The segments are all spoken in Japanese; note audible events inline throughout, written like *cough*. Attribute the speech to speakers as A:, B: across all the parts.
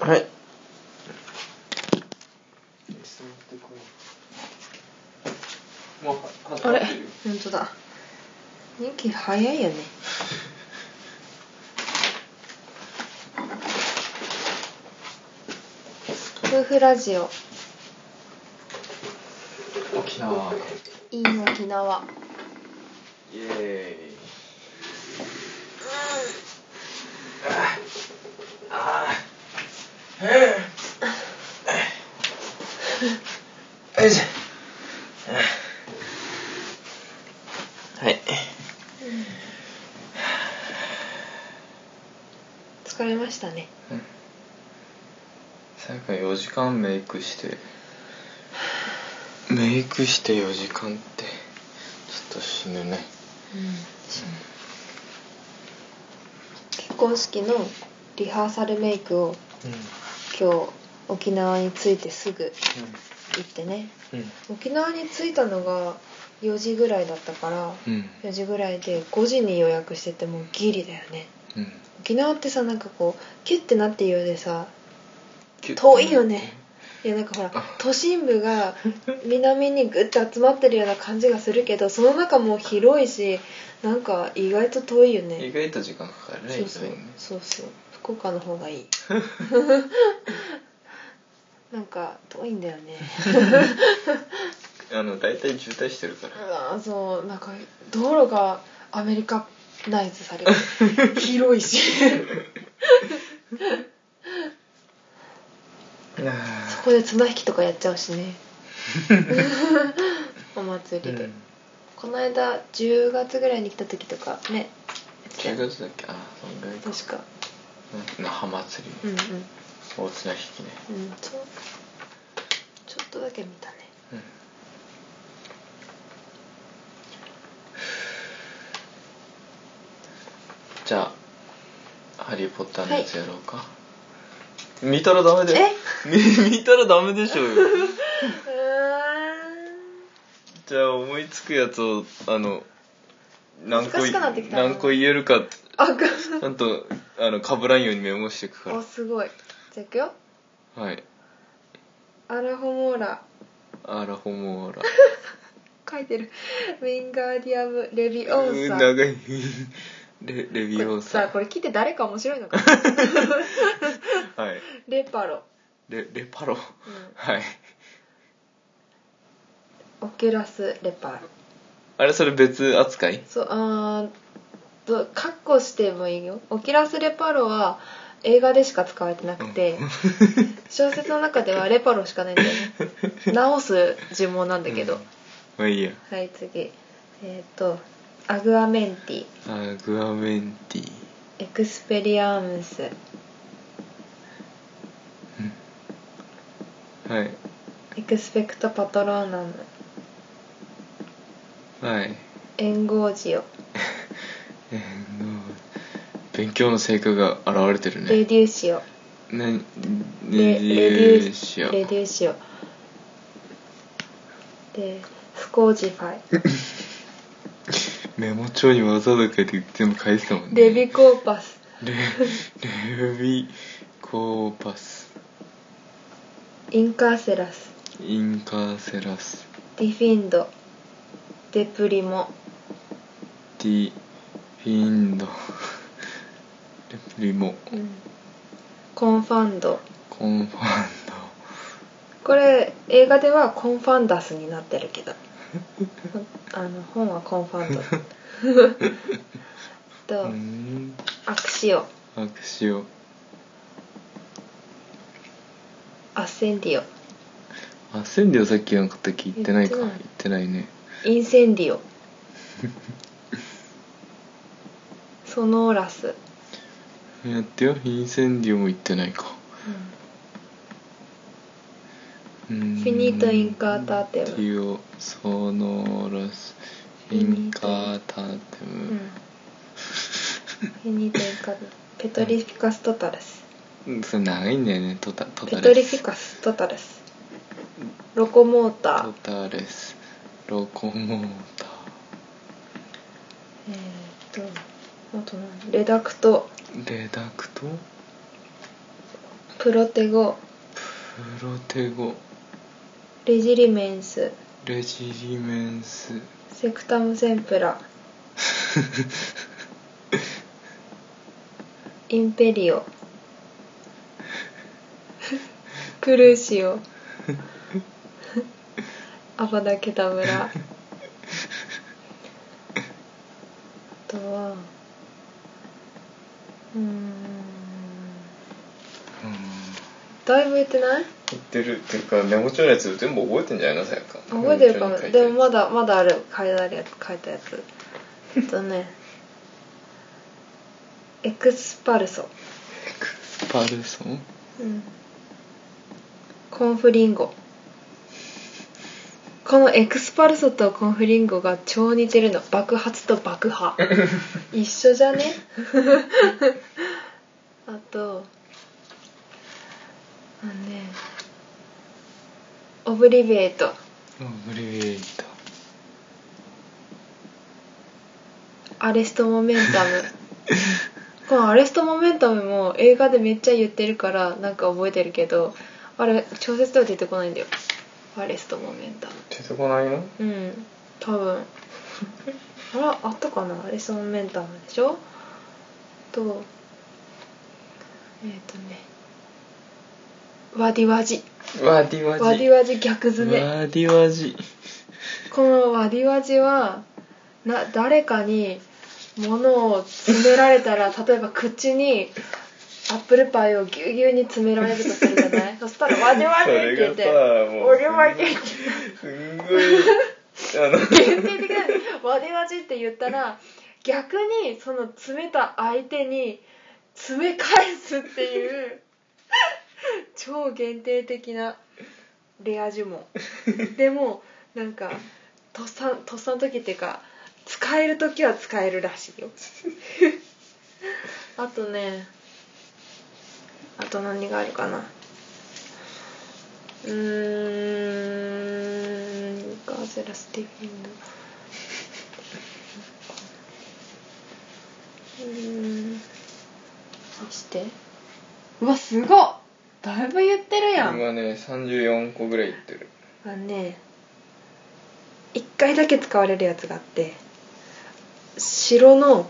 A: はい
B: もうは
A: あれ
B: 始まってるよ
A: 本当だ人気早いよね夫婦ラジオ
B: 沖縄
A: in 沖縄
B: イエーイあーあーよいしょはい
A: 疲れましたね
B: 最後4時間メイクしてメイクして4時間ってちょっと死ぬね
A: 結婚式のリハーサルメイクを
B: うん
A: 今日沖縄に着いてすぐ行ってね
B: うん
A: 沖縄に着いたのが4時ぐらいだったから
B: うん
A: 4時ぐらいで5時に予約しててもうギリだよね
B: うん
A: 沖縄ってさなんかこうキュッてなってるようでさ遠いよねいやなんかほら
B: あ
A: 都心部が南にグッて集まってるような感じがするけどその中も広いしなんか意外と遠いよ
B: 意
A: ね
B: 外と時間かかるね
A: そうそう
B: 意外にね
A: そうそう福岡の方
B: *laughs*
A: がいいなんか遠いんだよね
B: あの大体渋滞してるから
A: うわそうなんか道路がアメリカナイズされ
B: *laughs*
A: て広いしそこで綱引きとかやっちゃうしね *laughs* お祭りで、この間10月ぐらいに来た時とかね
B: 9月だっけあそんぐらいか
A: 確か
B: 那覇祭
A: う
B: り
A: んうんうん
B: 大綱引きね
A: そうちょっとだけ見たね
B: うんじゃあ「ハリー・ポッター」のやつやろうか、見たらダメだよ
A: え
B: み見たらダメでしょうよ *laughs*
A: うー
B: じゃあ思いつくやつをあの何個
A: 難しくなってきたな
B: 何個言えるか
A: んあが
B: ちゃんとあの被らんようにメモしていくか
A: おすごいじゃあいくよ
B: らはい
A: アラホモーラ
B: アラホモーラ
A: 書いてるウィンガーディアム・レビオ
B: う
A: ー
B: ん
A: サ
B: 長いレレビオー
A: さあ
B: サ
A: これ聞いて誰か面白いのかな *laughs*
B: はい
A: レパロ、
B: レレパロ
A: う
B: はい
A: ん、オキュラス・レパロ
B: あれそれ別扱い
A: そうあーどカッコしてもいいよオキュラス・レパロは映画でしか使われてなくて小説の中ではレパロしかないんだよね直す呪文なんだけど、
B: まあいいや
A: はい次えっ、とアグアメンティ
B: アグアメンティ
A: エクスペリアームス
B: はい
A: エクスペクト・パトローナム
B: はい
A: エンゴージオ
B: えーの勉強の成果が現れてる
A: レ
B: ね
A: デューシオ
B: なレ
A: レ
B: レデューシア
A: レデューシオでスコージファイ
B: メモ帳にわざわざ書いて全部返したもんね
A: レビコーパス
B: レレビコーパス
A: インカーセラス
B: インカーセラス
A: ディフィンドデプリモ
B: ディフィンドレプリモ
A: コンファンド
B: コンファンド
A: これ映画ではコンファンダスになってるけどあの本はコンファンド
B: う
A: と
B: ん
A: アクシオ
B: アクシオ
A: アッセンディオ
B: あセンディはさっきのこと聞いてないか
A: 言
B: 言っ
A: っ
B: て
A: ない
B: てないね
A: インセンディオソノーラス、
B: やってよインセンディオも言ってないかフ
A: フィニートインカーターテム
B: ティオソノーラスインカーターテ
A: うん
B: ム、
A: フィニートインカペトリフィカストタルス
B: うん、それ長いんだよねトタト
A: ペ
B: タ
A: ト
B: レ
A: リ
B: ス
A: フィカストタルスロコモーター
B: トタレスロコモータ
A: えーっとあと何レダクト
B: ーレダクト
A: プロテゴ
B: プロテゴ
A: レジリメンス
B: レジリメンス
A: セクタムセンプラインペリオ *laughs* クルーシ *laughs* オアバダケタ村あとはう
B: う
A: ーん
B: ん
A: だいぶ言ってない
B: 言ってるっていうかメモ帳のやつ全部覚えてんじゃないのさやか
A: 覚えてるか
B: メ
A: も
B: モ帳に書いて
A: で
B: る
A: もまだまだある書いてあるやつ書いたやつえっとね *laughs* エクスパルソ、
B: パルソン
A: うん、コンフリンゴこのエクスパルソとコンフリンゴが超似てるの爆発と爆破一緒じゃねあとあのねオブリベート
B: オブリビエイト
A: アレストモメンタム *laughs* このアレストモメンタムも映画でめっちゃ言ってるからなんか覚えてるけどあれ小説では出てこないんだよアレストモメンタム
B: 出てこないの
A: うん多分 *laughs* あらあったかなアレストモメンタムでしょとえっ、とねワディワジ
B: ワディワジ
A: ワディワジ逆詰め
B: ワディワジ
A: このワディワジはな誰かに物を詰められたら例えば口にアップルパイをぎゅうぎゅうに詰められるとするじゃない
B: *laughs*
A: そしたら「ワディワジ」って言って
B: それがさもう
A: 俺は言って
B: すんごいあの
A: *laughs* 限定的なのにワディワジ」って言ったら逆にその詰めた相手に詰め返すっていう超限定的なレア呪文。 *laughs* でもなんかとっさんとっさの時っていうか使える時は使えるらしいよ *laughs* あとねあと何があるかなうーんガーゼラスティフィンのうーんそしてうわすごっだいぶ言ってるやん
B: 今ね34個ぐらいいってる
A: あのね一回だけ使われるやつがあって城の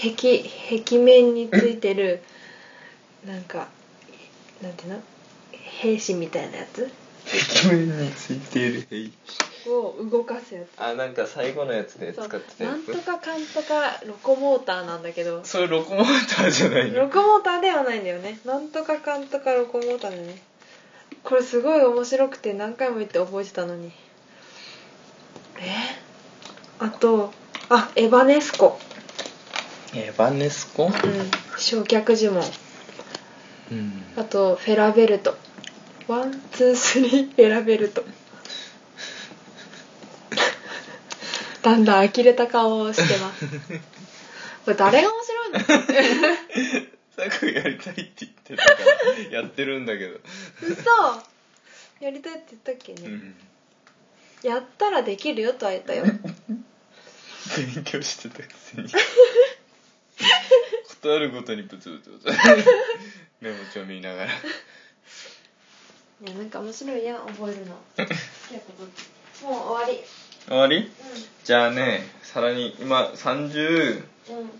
A: 壁壁面についてるなんかなんていうの兵士みたいなやつ
B: 壁面についている兵士
A: を動かすやつ
B: あなんか最後のやつで使っ
A: そう
B: てたや
A: なんと
B: つ
A: かかんとかロコモーターなんだけど
B: それロコモーターじゃない
A: ロ
B: の
A: コモーターではないんだよねなんとかかんとかロコモーターだねこれすごい面白くて何回も言って覚えてたのにえあとあエバネスコ
B: エバネスコ
A: うん焼却呪文
B: うん
A: あとフェラベルトワンツースリーフェラベル *laughs* トだんだん呆れた顔をして *laughs* ますこれ誰が面白いんだ
B: さくやりたいって言ってたからやってるんだけど
A: 嘘やりたいって言ったっけね、
B: うん
A: やったらできるよとは言 *laughs* ったよ
B: 勉強してたくせにことあるごとにブツブツブツメモ帳見ながら
A: いやなんか面白いやん覚える *laughs* の好きなこともう終わり
B: 終わりじゃあねさらに今30
A: うんうん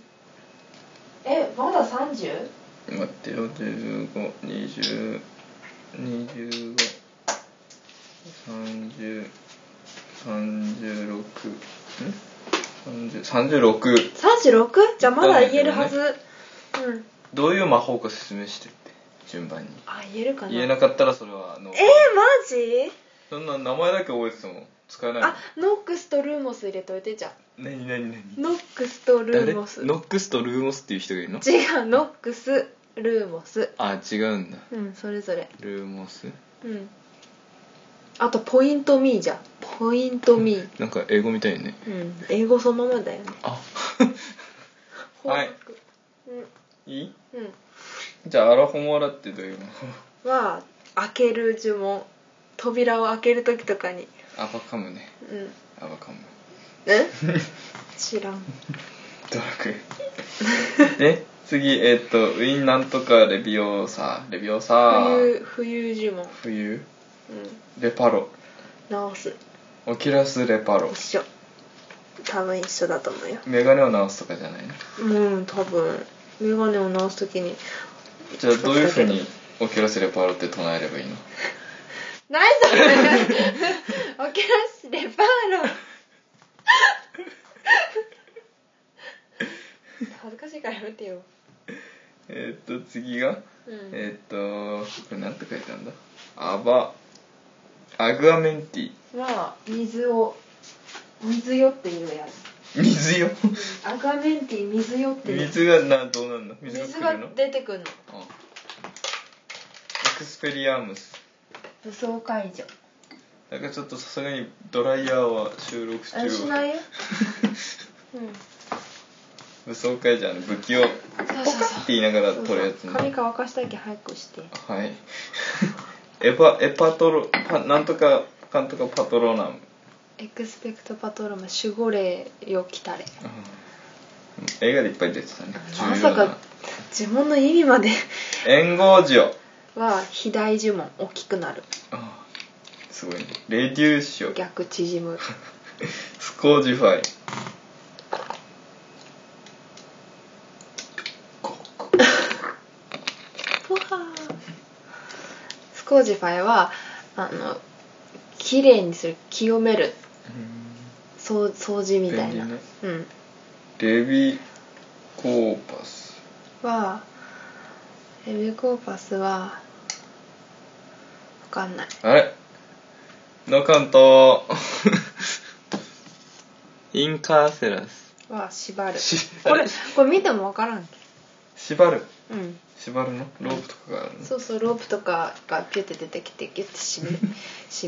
A: えまだ 30?
B: 待ってよ15202535ん36
A: 36? じゃあまだ言えるはず、
B: だ
A: うん
B: どういう魔法か説明してって順番に
A: あ言えるかな
B: 言えなかったらそれはあの
A: えー、マジ
B: そんな名前だけ覚えてても使えない
A: あノックスとルーモス入れといてじゃあ
B: 何何何
A: ノックスとル
B: 誰
A: ー
B: ノ
A: モス違
B: ックスとルーモスっていう人がいるの
A: うノックスルーモス
B: あ違うんだ
A: うんそれぞれ
B: ルーモス
A: うんあとポイントミーじゃんポイントミー
B: なんか英語みたいね
A: うん英語そのままだよね *laughs*
B: あはい
A: 翻訳
B: いい
A: うんうん
B: じゃあアラホモアラってどういうの
A: は開ける呪文扉を開ける時とかに
B: アバカムね
A: うん
B: アバカム
A: え知らん
B: *laughs* ドラクエで次えっ、とウィンなんとかレビオーサレビオーサ
A: 冬冬呪文、うん、
B: 冬レパロ
A: 直す
B: オキュラスレパロ
A: 一緒多分一緒だと思うよ
B: メガネを直すとかじゃないの
A: うん多分メガネを直す時に
B: じゃあどういうふうにオキュラスレパロって唱えればいいの
A: 何それオキュラスレパーロ
B: *laughs*
A: 恥ずかしいからやめてよ
B: えっ、と次が
A: うん、
B: えっ、とこれなんて書いてあるんだアバアグアメンティ
A: は水を水よっていうやつ
B: 水よ
A: アクアメンティー水よっていう
B: 水がなどうなんだ水が
A: 水
B: 来
A: が
B: るの
A: 出てくるの
B: あエクスペリアームス
A: 武装解除
B: なんかちょっとさすがにドライヤーは収録中
A: あしな
B: *laughs*
A: いよ、うん、
B: 武装会じゃん武器を
A: そうそうそう
B: って言いながら
A: そう
B: 取るやつね
A: 髪乾かしたいけん早くして
B: はい *laughs* エパエパトロパなんとかかんとかパトロナム
A: エクスペクトパトローム守護霊よ来たれ
B: うん映画でいっぱい出てたね
A: まさか呪文の意味まで
B: 援護ジオ
A: は肥大呪文大きくなる
B: あすごいねレデューシオ
A: 逆縮む
B: スコージファイここ
A: わあスコージファイはあの綺麗にする清める掃掃除みたい
B: 便
A: な、
B: 利ね
A: うん
B: レビコーパス
A: はエビコーパスは分かんない
B: あれのカントインカーセラス
A: は縛る
B: し
A: これこれ見ても分からんけ
B: 縛る
A: うん
B: 縛るのロープとかがあるの
A: そうそうロープとかがギュッて出てきてギュッて締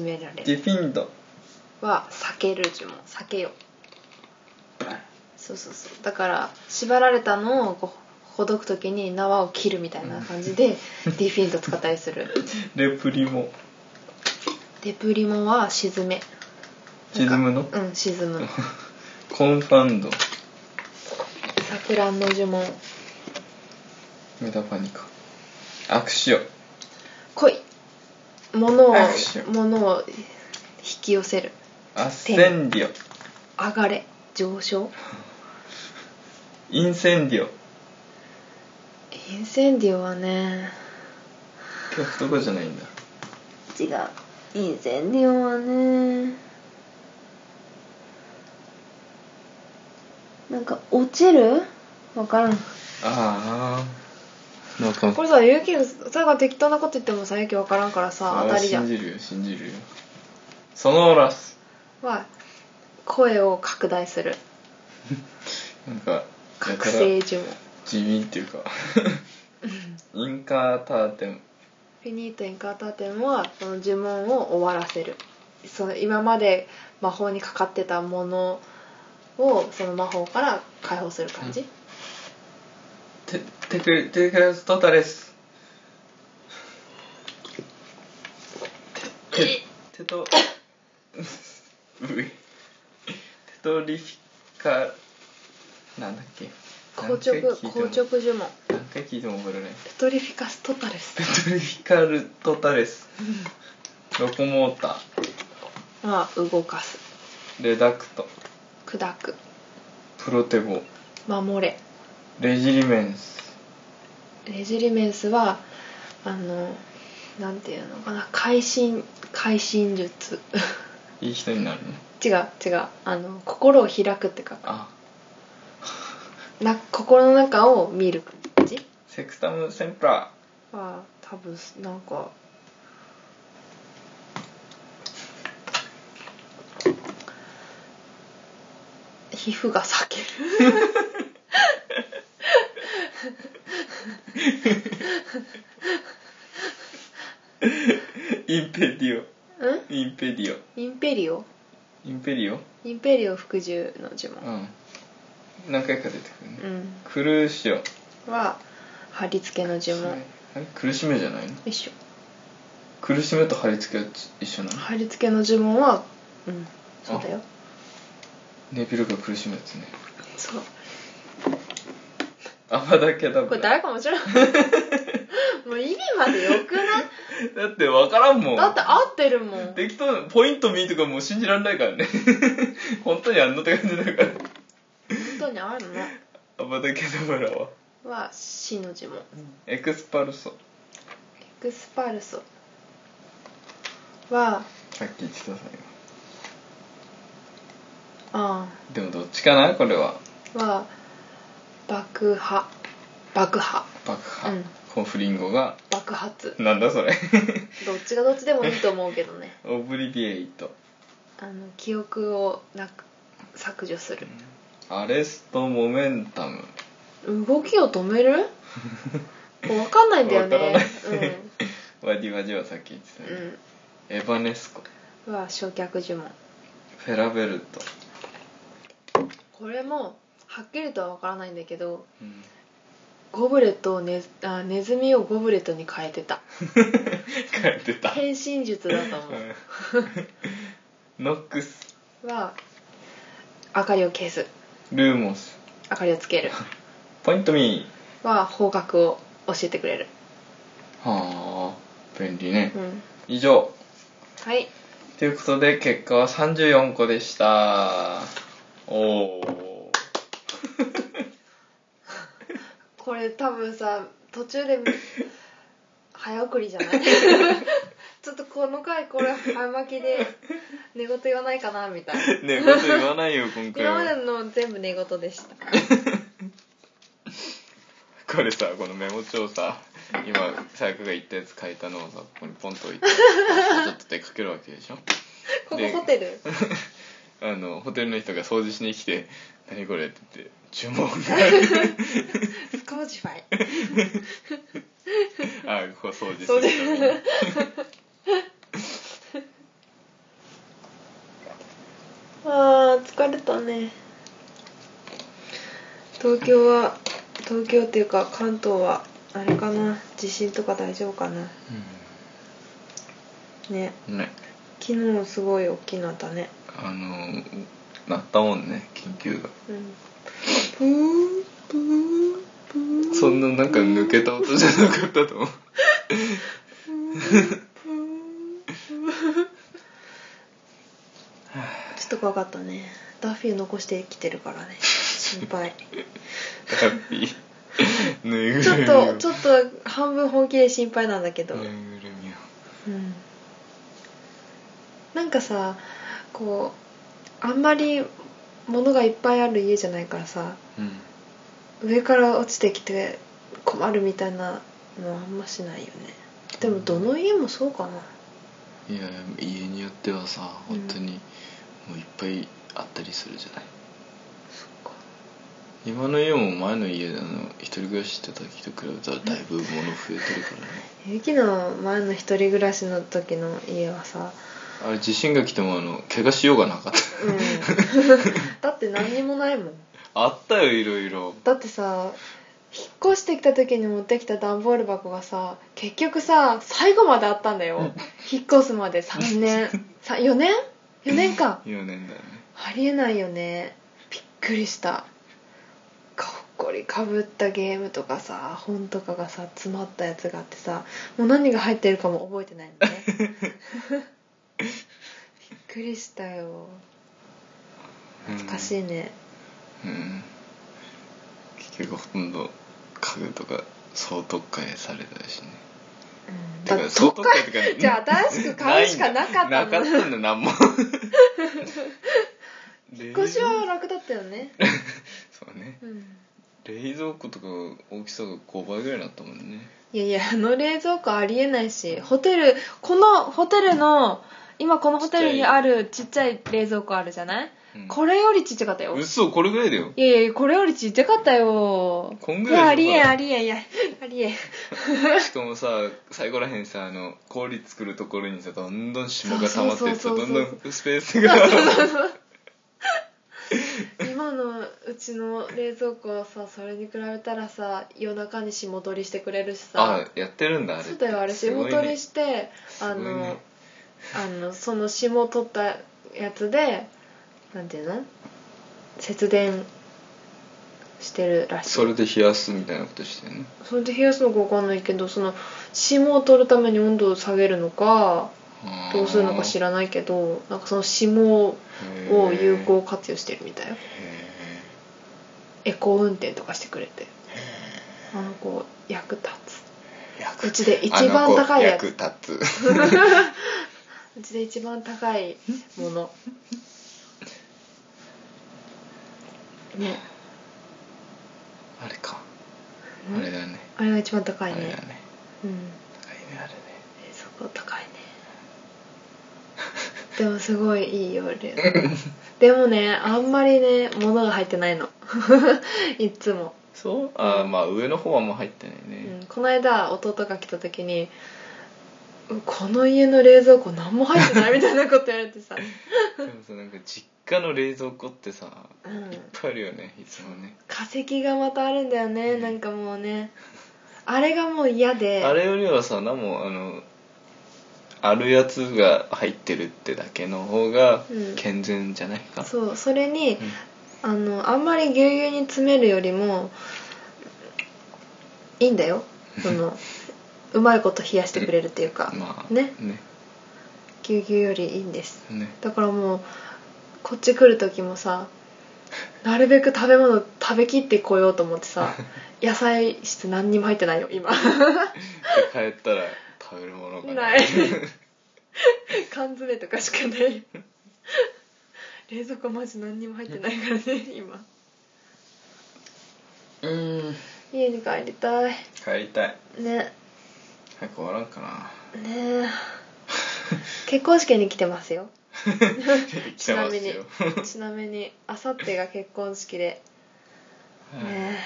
A: め
B: *laughs*
A: 締められ
B: デ
A: る
B: ィフィンド
A: は避ける呪文避けよそうそうそうだから縛られたのをこうほどく時に縄を切るみたいな感じでディフィント使ったりする
B: *laughs* レプリモ
A: デプリモは沈め
B: 沈むの
A: うん沈む
B: コンファンド
A: 錯乱の呪文
B: メタパニカアクシオ
A: 来い物を
B: アクション
A: 物を引き寄せる
B: アッセンディオ
A: 上がれ上昇
B: インセンディオ
A: インセンディオはね
B: 曲とかじゃないんだ
A: 違うインセンディオはねなんか落ちるわからん
B: ああなんか
A: これさゆうきさが適当なこと言ってもさゆきわからんからさ
B: あー
A: 当たりじゃん
B: 信じるよ信じるよソノーラス
A: は声を拡大する
B: なんかやたら
A: 覚醒呪文
B: 地味っていうかインカーターテン
A: フィニート・インカーターテンはその呪文を終わらせるその今まで魔法にかかってたものをその魔法から解放する感じ、
B: テテクテクラストタレステテテトういテトリフィカなんだっけ
A: 硬直
B: 何
A: 硬
B: 回聞いても
A: 直呪文
B: 何回聞いても覚えられない
A: ペトリフィカス・トタレス
B: ペトリフィカルトタレスロコモータ
A: は動かす
B: ーレダクト
A: 砕く
B: プロテゴ
A: 守れ
B: レジリメンス
A: レジリメンスはあのなんていうのかな会心会心術 *laughs*
B: いい人になるの
A: 違う違うあの心を開くって書
B: あ
A: くな心の中を見る感じ
B: セクタムセンプラ
A: は多分なんか皮膚が裂ける
B: インペディオ
A: うん
B: インペディオ
A: インペリオ
B: インペディオ
A: インペリオ服従の呪文
B: うん何回か出てくるね、
A: う
B: クルーシオ
A: んは貼り付けの呪文
B: はいあれ苦しめじゃないの
A: 一緒
B: 苦しめと貼り付けはち一緒なの
A: 貼り付けの呪文はうんそうだよ
B: ネビルが苦しむやつね
A: そう
B: 甘だけだもん
A: これ誰かも知らんもう意味までよくない
B: だって分からんもん
A: だって合ってるもん
B: 適当なポイント見とかもう信じられないからね *laughs* 本当にあんのって感じだから
A: 本当にある
B: アバダケダブラは
A: のは「し」の字もエ
B: エクスパルソ
A: クスパルソは
B: さっき言ってたさ
A: あ
B: でもどっちかなこれは
A: あは爆破爆破
B: 爆破、
A: うん
B: コンフリンゴが
A: 爆発
B: なんだそれ *laughs*
A: どっちがどっちでもいいと思うけどね
B: オブリビエイト
A: あの記憶をなく削除する
B: アレストモメンタム
A: 動きを止め *laughs* るわかんないんだよね
B: わからないワディワディはさっき言ってた
A: う
B: ね、
A: ん、
B: エバネスコ
A: うん、は焼却呪文
B: フェラベルト、
A: これもはっきりとはわからないんだけど
B: うん、
A: ゴブレットをネズあネズミをゴブレットに変えてた
B: 書いてた
A: 変身術だと思
B: うんノックス
A: うは明かりを消す
B: ルーモス
A: 明かりをつけ *laughs* る
B: ポイントミ
A: は方角を教えてくれる、
B: ーはあ便利ね
A: うん、
B: 以上
A: はい
B: ということで結果は34個でしたお
A: *laughs*
B: お
A: これ多分さ途中で早送りじゃ *laughs* ないちょっとこの回これ早巻きで寝言言わないかなみたいな
B: ねえこと言わないよ今回
A: 今ま
B: は
A: での全部寝言で *laughs* した
B: これさこのメモ帳さ今さやかが言ったやつ書いたのをさここにポンと
A: *laughs*
B: 置いてちょっと出かけるわけでしょ *laughs*
A: こ
B: で
A: こホテル
B: あのホテルの人が掃除しに来て「何これ?」って言って注文がある
A: スポーティファイ *laughs*
B: あここ掃除す
A: そう
B: る
A: で
B: ために
A: あー疲れたね東京は東京っていうか関東はあれかな地震とか大丈夫かなね
B: うんね
A: 昨日もすごい大きなったね
B: あのなったもんね緊急が
A: うんプープープー
B: そんななんか抜けた音じゃなかったと思う
A: プープープーちょっと怖かったねダッフィー残してきてるからね心 *laughs* 配
B: ハッピーぬいぐるみを
A: ちょっとちょっと半分本気で心配なんだけど、
B: ぬいぐるみを
A: うんなんかさこうあんまり物がいっぱいある家じゃないからさ
B: うん
A: 上から落ちてきて困るみたいなのはあんましないよねでもどの家もそうかない
B: や家によってはさ
A: うん
B: 本当にもういっぱいあったりするじゃない、
A: そっか
B: 今の家も前の家であの一人暮らししてた時と比べたらだいぶ物増えて
A: *laughs*
B: るからね
A: ゆきの前の一人暮らしの時の家はさ、
B: あれ地震が来てもあの怪我しようがなかった
A: うん、 *laughs* だって何にもないもん
B: あったよいろいろ
A: だってさ引っ越してきた時に持ってきた段ボール箱がさ結局さ最後まであったんだよ引っ越すまで3年
B: *laughs*
A: さ4年4年間
B: 4年だよね
A: ありえないよねびっくりしたかほっこりかぶったゲームとかさ本とかがさ詰まったやつがあってさもう何が入ってるかも覚えてないのねびっ
B: *laughs*
A: くりしたよ懐かしいね
B: うん結局ほとんど家具とか総特会されたしね
A: うん、
B: て
A: だ
B: か
A: そ
B: 総
A: っ
B: 特
A: か
B: 会ってか
A: じゃあ新しく買うしかなかっ
B: な
A: た
B: いんだ
A: の
B: なかったんだ何も *laughs*
A: *laughs*
B: 引
A: 引っ越しは楽だったよ
B: *laughs*
A: ね、
B: そうね
A: うん、
B: 冷蔵庫とか大きさが5倍ぐらいになったもんね
A: いやいやあの冷蔵庫ありえないしホテルこのホテルの今このホテルにあるちっちゃい冷蔵庫あるじゃない、
B: うん
A: これよりちっちゃかったよ
B: 嘘これぐらいだよ
A: いやいやこれよりちっちゃかったよ
B: こんぐ
A: いや
B: ら
A: あ
B: い
A: り
B: で
A: えんあ
B: さ
A: りえんいや
B: *laughs*
A: *laughs* ありえん
B: しかもさ最後らへんさあの氷作るところにさどんどん霜が溜まってってさ
A: そう
B: ど
A: そうんそうそ
B: ど
A: うん
B: スペース
A: *laughs*
B: が
A: 今のうちの冷蔵庫はさそれに比べたらさ夜中に霜取りしてくれるしさ
B: あやってるんだあれ
A: そうだよあれ
B: すご
A: 霜
B: いね
A: 取りして、
B: す
A: あ
B: ごい
A: の
B: ね
A: あのその霜を取ったやつでなんていうの節電してるらしい
B: それで冷やすみたいなことしてね
A: それで冷やすのか分かんないけどその霜を取るために温度を下げるのかどうするのか知
B: ら
A: らないけどなんかその霜を有効活用してるみたいよエコ運転とかしてくれてあの子役立つうちで一番高いや
B: 役
A: つ
B: 立つ
A: うちで一番高いものね
B: あれか
A: う
B: あ
A: ん
B: れだね
A: あれが一番高
B: あ
A: い
B: れだね
A: ねうん
B: 高いねあれね
A: えそこ高いねでもすごいいいよレ
B: *laughs*
A: でもねあんまりね物が入ってないの *laughs* いっつも、
B: そうあーまあ上の方はもう入ってないうね
A: ん、この間弟が来た時に「この家の冷蔵庫何も入ってない」みたいなこと言われて
B: *laughs*
A: さ、
B: でもさなんか実家の冷蔵庫ってさ
A: う
B: いっ
A: ん、
B: ぱいあるよねいつもね
A: 化石がまたあるんだよねなんかもうねあれがもう嫌で
B: あれよりはさ何もあのあるやつが入ってるってだけの方が
A: うん
B: 健全じゃないか、
A: そうそれに、
B: うん
A: あのあんまりぎゅうぎゅうに詰めるよりもいいんだよそのうまいこと冷やしてくれるっていう
B: *laughs*
A: か
B: まあ
A: ね
B: ね
A: ぎゅうぎゅうよりいいんです
B: ね
A: だからもうこっち来る時もさなるべく食べ物食べきってこようと思っ
B: *laughs*
A: てさ野菜室何にも入ってないよ今
B: で帰ったら食べるものが *laughs*
A: ない缶詰とかしかない冷蔵庫マジ何にも入ってないからね今
B: うーん
A: 家に帰りたい
B: 帰りたい
A: ね
B: 早く終わらんか
A: *laughs*
B: な *laughs*
A: ねえ結婚式に来てますよ
B: 来て *laughs* ますよ
A: ちなみにあさってが結婚式で
B: はい
A: ねえ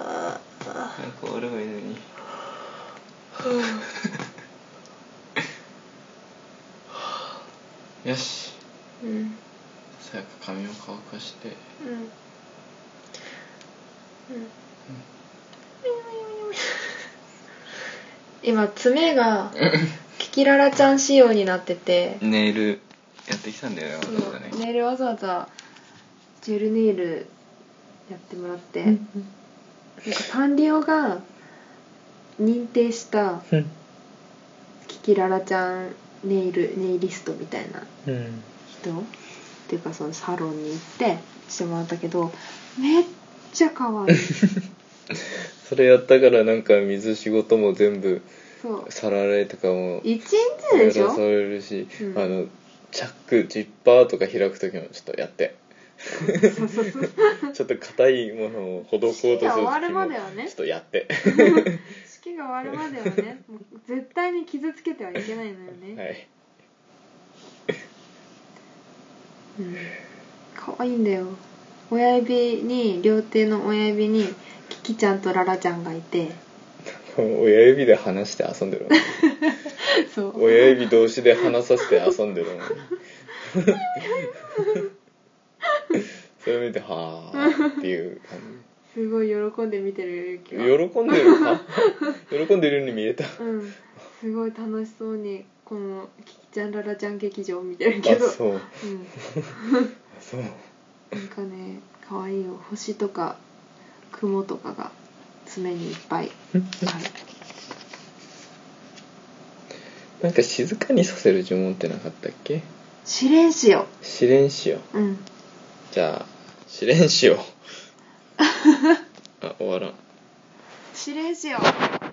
A: ああ
B: 早く終わればいいのに *laughs* よし
A: うんうん
B: 早く髪を乾かして
A: うん今爪がキキララちゃん仕様になってて、
B: ネイルやってきたんだよね
A: そ
B: わざわざ
A: う
B: ね
A: ネイルわざわざジェルネイルやってもらって、なんかサンリオが認定した
B: うん
A: キキララちゃんネイルネイリストみたいな
B: うん
A: 人っていうかそのサロンに行ってしてもらったけどめっちゃ可
B: *laughs*
A: 愛い
B: それやったからなんか水仕事も全部
A: そう
B: 皿洗いとかも
A: 一日でし
B: や
A: ょ
B: らされるし、
A: うん
B: あのチャックジッパーとか開く時もちょっとやって
A: *laughs*
B: ちょっと硬いものを施こうとする
A: 式が終わ
B: 時
A: るま
B: も
A: ではね
B: ちょっとやって
A: 式が終わるまではねもう絶対に傷つけてはいけないのよね、
B: はい
A: うん可愛いんだよ親指に両手の親指にキキちゃんとララちゃんがいて
B: 親指で話して遊んでるもん
A: そう
B: 親指同士で話させて遊んで
A: *laughs*
B: るもんそれ見てはあっていう感
A: すごい喜んで見てるよゆき
B: じ
A: は
B: 喜んでるか喜んでるように見えた
A: うん、すごい楽しそうにこのキキちゃんララちゃん劇場を見てるけど
B: あそう
A: うん、
B: そう
A: なんかね可愛いよ星とか雲とかが爪にいっぱいある
B: なんか静かにさせる呪文ってなかったっけ
A: 試練しよ
B: 試練しよう
A: ううん
B: じゃあ試
A: *laughs*
B: 練しようあ終わらん
A: 試練しよう